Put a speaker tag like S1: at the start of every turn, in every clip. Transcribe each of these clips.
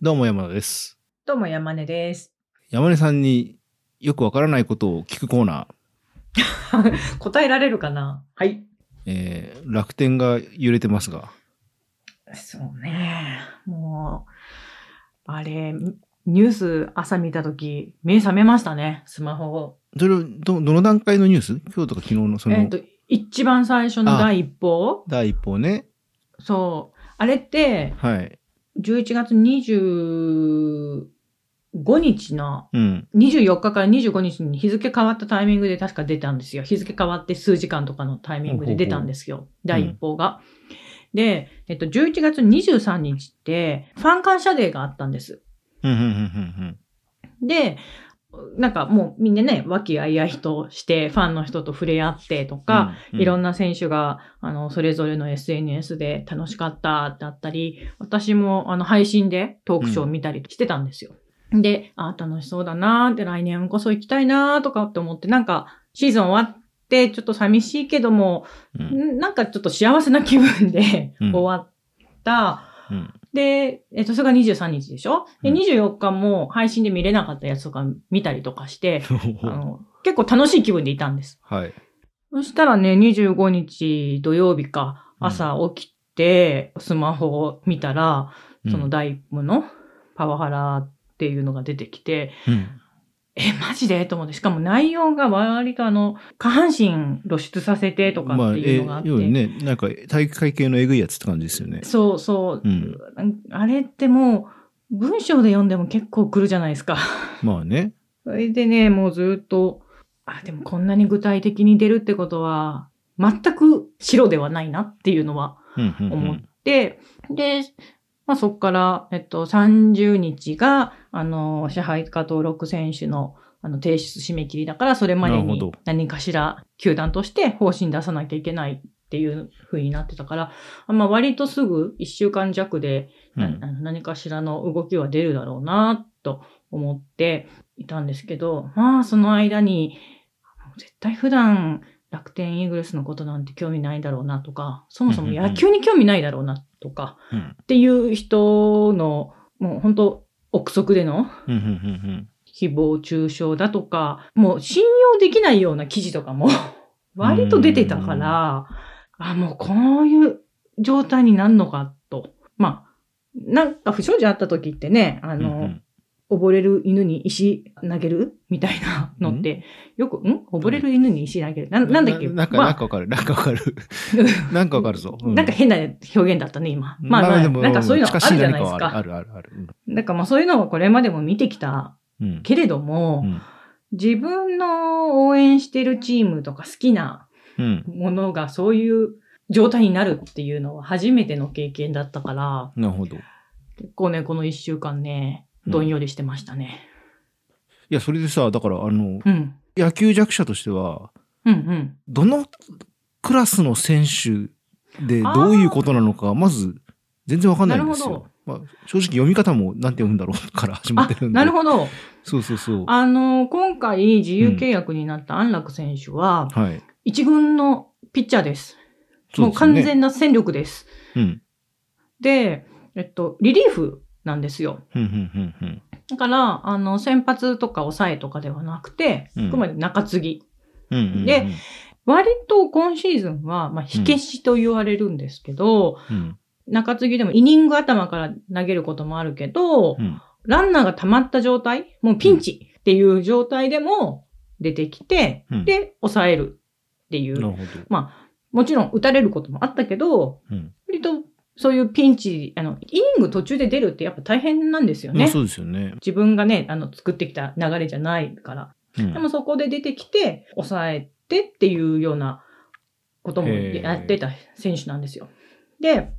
S1: どうも山田です。
S2: どうも山根です。
S1: 山根さんによくわからないことを聞くコーナー。
S2: 答えられるかなはい。
S1: えー、楽天が揺れてますが。
S2: そうね。もう、あれ、ニュース朝見たとき、目覚めましたね、スマホを。
S1: それ、ど、どの段階のニュース今日とか昨日のそ
S2: えっ
S1: の
S2: と、一番最初
S1: あ
S2: の第一報
S1: 第一報ね。
S2: そう。あれって、
S1: はい。
S2: 11月25日の、
S1: うん。
S2: 24日から25日に日付変わったタイミングで確か出たんですよ。日付変わって数時間とかのタイミングで出たんですよ。第一報が。で、えっと、11月23日って、ファン感謝デーがあったんです。
S1: うん、うん、うん、
S2: で、なんかもうみんなね、和気あいあいとして、ファンの人と触れ合ってと
S1: うん。
S2: か、
S1: う
S2: いろ
S1: な。
S2: んな選手が、あの、それぞれの SNS で楽しかったってあったり、私も、あの、配信でトークショーを見たりしてたんですよ。で、あー、楽しそうだなーって、来年こそ行きたいなーとかって思って、なんか、シーズン終わって、ちょっと寂しいけども、
S1: うん、
S2: んなんかちょっと幸せな気分で
S1: うん
S2: 終わった。
S1: うん。
S2: で、えっと、それが23日でしょで、
S1: うん
S2: 24日も配信で見れなかったやつとか見たりとかして、あの結構楽しい気分でいたんです。
S1: はい。
S2: そしたらね、25日土曜日か、
S1: うん
S2: 朝起きて、スマホを見たら、
S1: うん
S2: その第一部のパワハラっていうのが出てきて、
S1: うん。
S2: え、マジでと思って、しかも内容が割とあの、下半身露出させてとか
S1: ま
S2: っ
S1: あ、
S2: て
S1: え
S2: いうのがあっ
S1: ー、
S2: て。
S1: 要にね、なんか体育会系のえぐいやつって感じですよね。
S2: そうそう、
S1: うん
S2: あれってもう、文章で読んでも結構来るじゃないですか。
S1: まあね。
S2: それでね、もうずっと、あ、でもこんなに具体的に出るってことは、全く白ではないなっていうのは
S1: うん、うん。う
S2: 思っ
S1: ん
S2: て、で、まあ、そこから、えっと、30日が、あの、支配下登録選手の、あの、提出締め切りだから、それまで
S1: なるほ
S2: に
S1: ど
S2: 何かしら、球団として方針出さなきゃいけないっていう風になってたから、まあ、割とすぐ1週間弱で、
S1: う。
S2: なんあの何かしらの動きは出るだろうな、と思っていたんですけど、まあ、その間に、絶対普段、楽天イーグルスのことなんて興味ないだろうなとか、そもそも野球に興味ないだろうなとか、
S1: うん。
S2: っていう人の、もう本当憶測での
S1: うん、うん、うん
S2: 誹謗中傷だとか、もう信用できないような記事とかも割と出てたから、あ、もうこういう状態になるのかと。まあ、なんか不祥事あった時ってね、あ
S1: うん。
S2: の、
S1: うんうん
S2: 溺れる犬に石投げるみたいなのって、よく、ん溺れる犬に石投げる。ななんだっけ
S1: ななんか、
S2: まあ
S1: なんかわかる。なんかわかる。 なんかわかるぞ。う
S2: なんか変な表現だったね、今。まあ、まあ
S1: でも
S2: なんかそういうのあるじゃないです
S1: 近し何はあ
S2: か。
S1: るあるあるある。
S2: なんかまあそういうのをこれまでも見てきた
S1: うんうん
S2: けれども、
S1: うん
S2: 自分の応援してるチームとか好きな
S1: うん。
S2: ものがそういう状態になるっていうのは初めての経験だったから、
S1: なるほど。い
S2: 結構ね、この一週間ね、どんよりしてましたね。
S1: や、それでさ、だから、あの、
S2: うん。
S1: 野球弱者としては、
S2: うんうん。
S1: どのクラスの選手でどういうことなのか、まず、全然わかんないんです
S2: なる
S1: よ。まあ、正直読み方もなんて読むんだろうから始ま
S2: あ
S1: って、るんで。
S2: なるほど。
S1: そうそうそう。
S2: あの、今回自由契約になった安楽選手は、
S1: はい。
S2: 一軍のピッチャーです。
S1: そ
S2: も
S1: う
S2: う
S1: ですよ
S2: 完
S1: ね。
S2: 全な戦力です。
S1: うん。
S2: で、えっと、リリーフなんですよ。
S1: うん、うん、うん、
S2: だから、あの、先発とか抑えとかではなくて、
S1: うん
S2: あくまで中継ぎ。
S1: うんうん。うん
S2: で、割と今シーズンは、まあ、火消しと言われるんですけど、
S1: うん、
S2: 中継ぎでもイニング頭から投げることもあるけ
S1: う
S2: ど、
S1: ん。
S2: ランナーが溜まった状態、もうピンチっていう状態でも出てきて、
S1: うん
S2: で、抑えるってい
S1: なる
S2: う。
S1: ほど。
S2: もちろん打たれることもあったけど、
S1: うん。
S2: 割とそういうピンチ、あの、イニング途中で出るってやっぱ大変なんですよ
S1: まあ
S2: ね。
S1: そうですよね。
S2: 自分がね、あの、作ってきた流れじゃないから。
S1: うん
S2: でもそこで出てきて、抑えてっていうようなことも
S1: へー
S2: やってた選手なんですよ。で、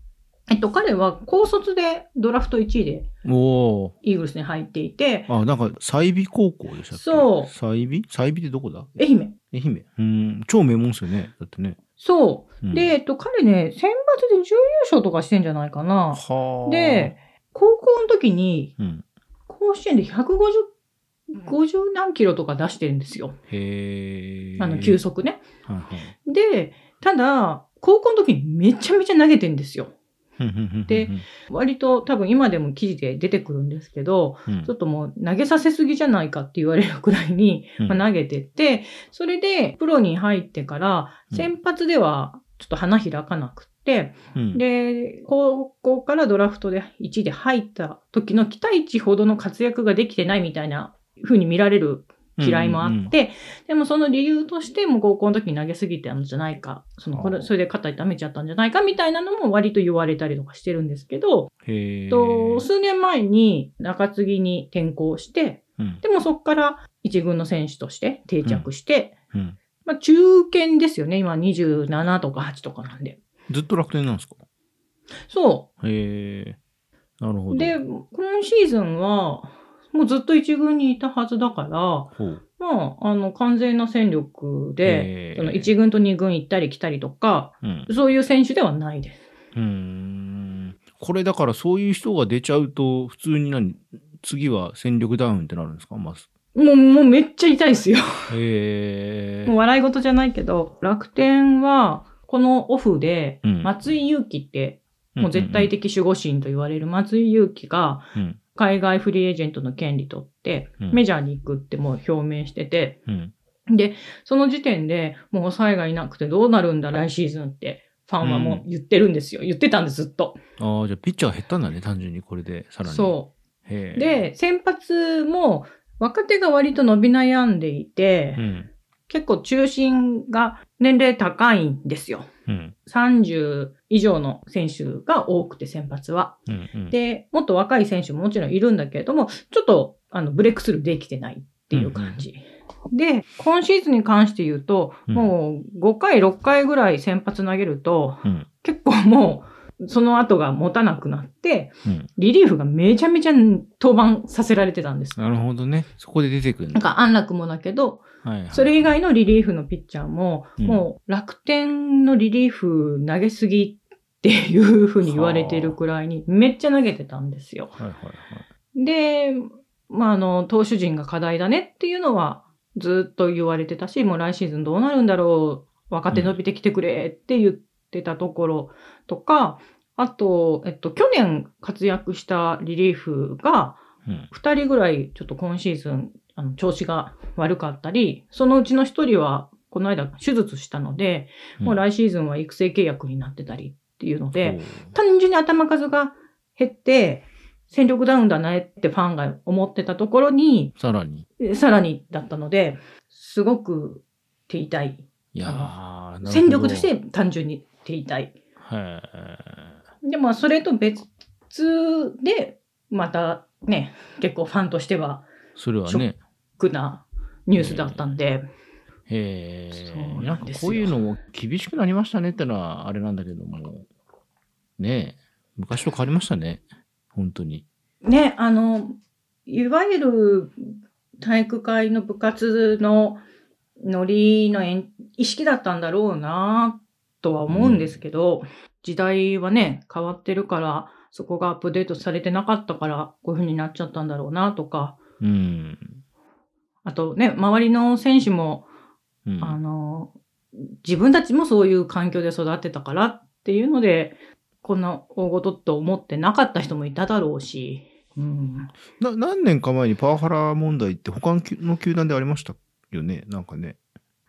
S2: えっと、彼は高卒でドラフト1位で
S1: おー。
S2: イーグルスに入っていて、
S1: あ、なんか、済美高校でしたっけ
S2: そう
S1: 済美済美ってどこだ
S2: 愛媛。
S1: 愛媛。うん、超名門ですよね。だってね。
S2: そうう。
S1: ん
S2: で、、えっと、彼ね、選抜で準優勝とかしてんじゃないかな。
S1: はあ
S2: で、、高校の時に、
S1: うん。
S2: 甲子園で150、50何キロとか出してるんですよ。
S1: へえ。
S2: あの、球速ね。
S1: はいはい。
S2: で、ただ、高校の時にめちゃめちゃ投げてんですよ。で割と多分今でも記事で出てくるんですけど、
S1: うん、
S2: ちょっともう投げさせすぎじゃないかって言われるくらいに、
S1: うん
S2: まあ投げてって、それでプロに入ってから
S1: うん
S2: 先発ではちょっと花開かなくって、
S1: うん
S2: で、高校からドラフトで1位で入った時の期待値ほどの活躍ができてないみたいな風に見られる嫌いもあって、でもその理由としてもう高校の時に投げすぎてたんじゃないか、そのこ
S1: あ
S2: れ
S1: ー
S2: それで肩痛めちゃったんじゃないかみたいなのも割と言われたりとかしてるんですけど、
S1: へー
S2: と数年前に中継ぎに転向して、
S1: うん
S2: でもそこから一軍の選手として定着して、
S1: うん
S2: まあ中堅ですよね、今27とか8とかなんで。
S1: ずっと楽天なんですか
S2: そ
S1: へえ。なるほ
S2: う。
S1: ど。
S2: で、今シーズンは、もうずっと一軍にいたはずだから、
S1: ほう、
S2: まあ、あの、完全な戦力で、
S1: へー
S2: その1軍と2軍行ったり来たりとか、
S1: うん。
S2: そういう選手ではないです。
S1: うーん。これだからそういう人が出ちゃうと、普通に何次は戦力ダウンってなるんですかまず。
S2: もう、もうめっちゃ痛いですよ。
S1: へ
S2: もう
S1: え。
S2: 笑い事じゃないけど、楽天は、このオフで、
S1: うん
S2: 松井裕樹って、もう絶対的守護神と言われる松井裕樹が、
S1: うん。
S2: 海外フリーエージェントの権利取って、
S1: うん
S2: メジャーに行くってもう表明してて、
S1: うん。
S2: で、その時点でもう抑えがいなくてどうなるんだ来シーズンって、ファンはもう言ってるんですよ。言ってたんです、ずっと。
S1: ああ、じゃあピッチャー減ったんだね、単純にこれで、さらに。
S2: そう。
S1: う。へえ。、
S2: で、先発も若手が割と伸び悩んでいて、
S1: うん。
S2: 結構中心が年齢高いんですよ。
S1: うん。
S2: 30以上の選手が多くて先発は。
S1: うん。うん、
S2: で、もっと若い選手ももちろんいるんだけれども、ちょっとあのブレイクスルーできてないっていう感じ。で、今シーズンに関して言うと、
S1: うん
S2: もう5回、6回ぐらい先発投げると、
S1: うん。
S2: 結構もう、その後が持たなくなって、
S1: うん。
S2: リリーフがめちゃめちゃ登板させられてたんです。
S1: なるほどね。そこで出てくるん
S2: なん
S1: だ。
S2: か安楽もだけど、
S1: はい、はい。
S2: それ以外のリリーフのピッチャーも、
S1: うん
S2: もう楽天のリリーフ投げすぎっていうふうに言われてるくらいに、めっちゃ投げてたんですよ。
S1: はいはいはい。
S2: で、まあ、あの、投手陣が課題だねっていうのはずっと言われてたし、もう来シーズンどうなるんだろう、若手伸びてきてくれって言ってたところとか、あと、えっと、去年活躍したリリーフが、
S1: うん。
S2: 二人ぐらいちょっと今シーズンあの調子が悪かったり、そのうちの一人はこの間手術したので、もう来シーズンは育成契約になってたりっていうので、単純に頭数が減って、戦力ダウンだねってファンが思ってたところに、
S1: ほう、さらに。
S2: えさらにだったので、すごく手痛い。
S1: いやーなるほど
S2: 戦力として単純に手痛い。
S1: へ
S2: で、まあ、それと別で、またね、結構ファンとしては、
S1: え。それはね。
S2: ショックなニュースだったんで、
S1: へ
S2: そ
S1: え。
S2: う
S1: な
S2: なんん
S1: か
S2: です
S1: こ
S2: よ
S1: ういうのも厳しくなりましたねってのはあれなんだけども。ねえ。昔と変わりましたね。本当に。
S2: ね、あの、いわゆる体育会の部活のノリの延意識だったんだろうなとは思うんですけど、時代はね、変わってるから、そこがアップデートされてなかったから、こういう風になっちゃったんだろうなとか、
S1: うん。
S2: あとね、周りの選手も、
S1: うん、
S2: あの、自分たちもそういう環境で育ってたからっていうので、こんな大事と思ってなかった人もいただろうし、うん。
S1: な何年か前にパワハラ問題って他の球の球団でありましたよね。なんかね。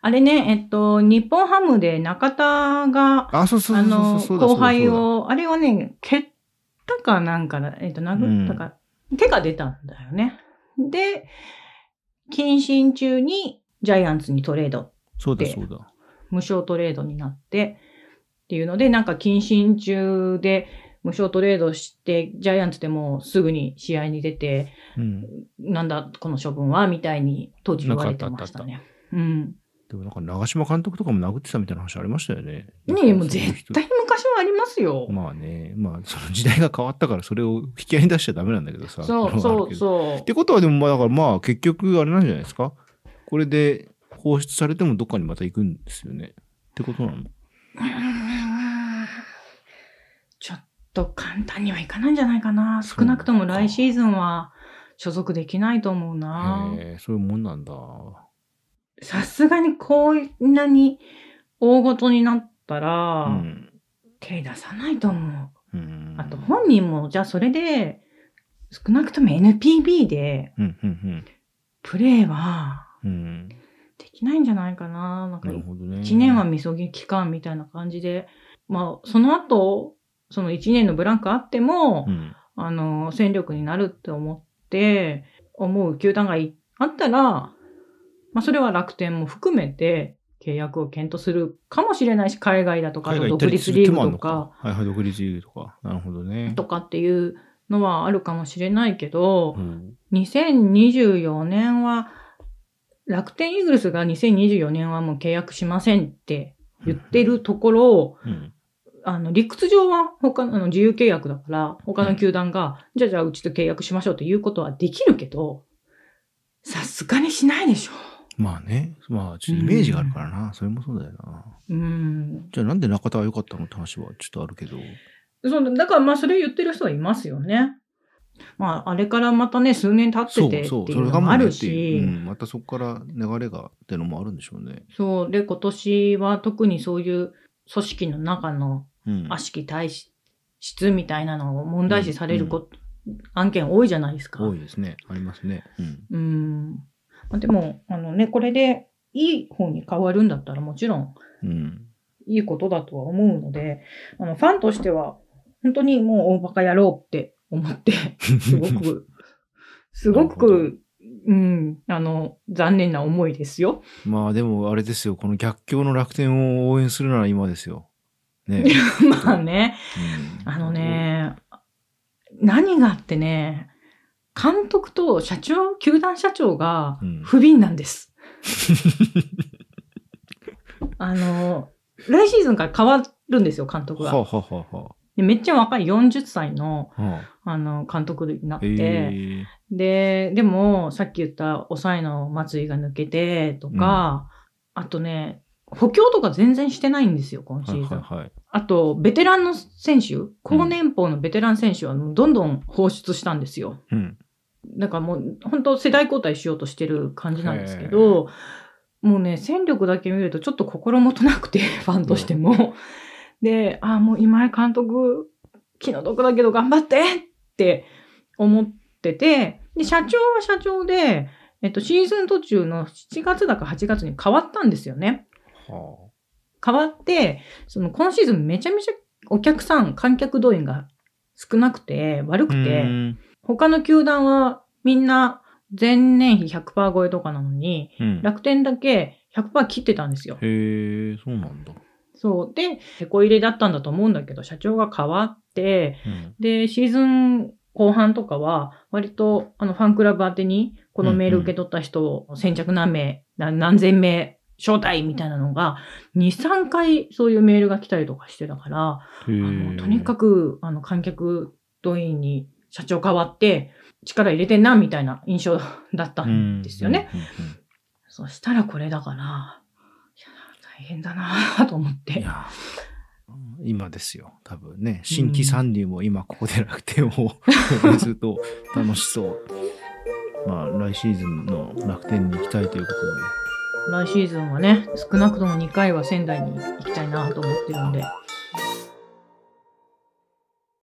S2: あれね、えっと、日本ハムで中田が、
S1: あ、そうそう
S2: あ
S1: そうそ
S2: の、
S1: うそうだそうだそうだ。
S2: 後輩を、あれはね、蹴ったかなんかだ、えっと、殴ったか、手が出たんだよね。で、謹慎中にジャイアンツにトレード
S1: そうだ
S2: で
S1: そうだ。
S2: 無償トレードになってっていうので、なんか謹慎中で無償トレードして、ジャイアンツでもすぐに試合に出て、
S1: うん。
S2: なんだこの処分はみたいに当時言われてましたね。うん。
S1: でもなんか長嶋監督とかも殴ってたみたいな話ありましたよね。
S2: ねえ、もう
S1: そういう
S2: 絶
S1: 人
S2: 対昔はありますよ。
S1: まあね、まあその時代が変わったからそれを引き合いに出しちゃダメなんだけどさ。
S2: そ
S1: これ
S2: う
S1: はあるけ
S2: そう
S1: ど
S2: そ
S1: っ
S2: う。
S1: てことはでもまあだからまあ結局あれなんじゃないですかこれで放出されてもどっかにまた行くんですよね。ってことなの
S2: ちょっと簡単にはいかないんじゃないかな。
S1: そう
S2: 少なくとも来シーズンは所属できないと思うな。
S1: へえそういうもんなんだ。
S2: さすがにこんなに大ごとになったら、
S1: うん。
S2: 手出さないと思
S1: うん
S2: あと本人も、じゃあそれで、少なくとも NPB で、
S1: うんうん
S2: プレーは
S1: うんうん
S2: できないんじゃないかな。なんか
S1: なるほどね。
S2: 1年はみそぎ期間みたいな感じで、まあ、その後、その1年のブランクあっても、
S1: うん
S2: あの、戦力になるって思って、思う球団がいあったら、まあ、それは楽天も含めて、契約を検討するかもしれないし、海外だとか、あ
S1: 海外行
S2: と
S1: った
S2: 独
S1: り
S2: 立
S1: する
S2: リ
S1: 手
S2: ー
S1: もあ
S2: グ
S1: る
S2: と
S1: の
S2: か
S1: か、。はいはい、独立リーグとか。なるほどね。
S2: とかっていうのはあるかもしれないけど
S1: う、ん
S2: 2024年は、楽天イーグルスが2024年はもう契約しませんって言ってるところを、
S1: うん
S2: あの、理屈上は他のあの自由契約だから、他の球団が、じゃあじゃあうちと契約しましょうということはできるけど、さすがにしないでしょ。
S1: まあね、まあ、ちょっとイメージがあるからな。それもそうだよな。
S2: うん。
S1: じゃあなんで中田が良かったのって話はちょっとあるけど。
S2: そう、だからまあそれ言ってる人はいますよね。まあ、あれからまたね、数年経っててっていうのもあ
S1: ね
S2: る
S1: ってい
S2: し
S1: う、うんまたそこから流れがってのもあるんでしょうね。
S2: そう、で、今年は特にそういう組織の中の
S1: うん。
S2: 悪しき体質みたいなのを問題視されること、案件多いじゃないですか。
S1: 多いですね。ありますね。うん。
S2: うん。まあ、でも、あのね、これでいい方に変わるんだったらもちろん
S1: うん。
S2: いいことだとは思うので、あの、ファンとしては本当にもう大バカ野郎って思って、すごく、すご
S1: なる
S2: く、うん、あの、残念な思いですよ。
S1: まあでもあれですよ、この逆境の楽天を応援するなら今ですよ。 ね。
S2: まあね、
S1: うん
S2: あの。ね、何があってね、監督と社長、球団社長が
S1: うん
S2: 不憫なんです。 あの、来シーズンから変わるんですよ、監督
S1: はあ、
S2: が。
S1: はあはあは
S2: でめっちゃ若い40歳の
S1: あ、は
S2: あの監督になっ
S1: あ。へ
S2: て、
S1: え
S2: で、でも、さっき言った抑えの松井が抜けてとか、あとね、補強とか全然してないんですよ、今シー
S1: は
S2: ズ
S1: い
S2: ン。
S1: はいはい。
S2: あと、ベテランの選手、高年俸のベテラン選手はもうどんどん放出したんですよ。
S1: うん。
S2: なんかもう、本当世代交代しようとしてる感じなんですけど、もうね、戦力だけ見るとちょっと心もとなくて、 ファンとしても。で、ああ、もう今井監督、気の毒だけど頑張ってって思ってて、で、社長は社長で、えっと、シーズン途中の7月だか8月に変わったんですよね。
S1: は
S2: 変わって、その今シーズンめちゃめちゃお客さん、観客動員が少なくて悪
S1: あ。
S2: くて、
S1: うん
S2: 他の球団はみんな前年比100%超えとかなのに、
S1: うん。
S2: 楽天だけ100%切ってたんですよ。
S1: へえ、そうなんだ。
S2: そう。で、手こ入れだったんだと思うんだけど、社長が変わって、
S1: うん。
S2: で、シーズン後半とかは、割と、あの、ファンクラブ宛てに、このメール受け取った人を先着何名、な何千名、招待みたいなのが、2、3回そういうメールが来たりとかしてたから、あのとにか
S1: く。
S2: く、あの、観客動員に社長変わって、力入れてんな、みたいな印象だったんですよね。
S1: うん。
S2: そしたらこれだから、いや大変だなと
S1: う
S2: 思っ
S1: んうんい
S2: て。
S1: や今ですよ、多分ね。新規参入も今ここで楽 天を応援すると楽しそう。まあ、来シーズンの楽天に行きたいということで。
S2: 来シーズンはね、少なくとも2回は仙台に行きたいなと思ってるんで。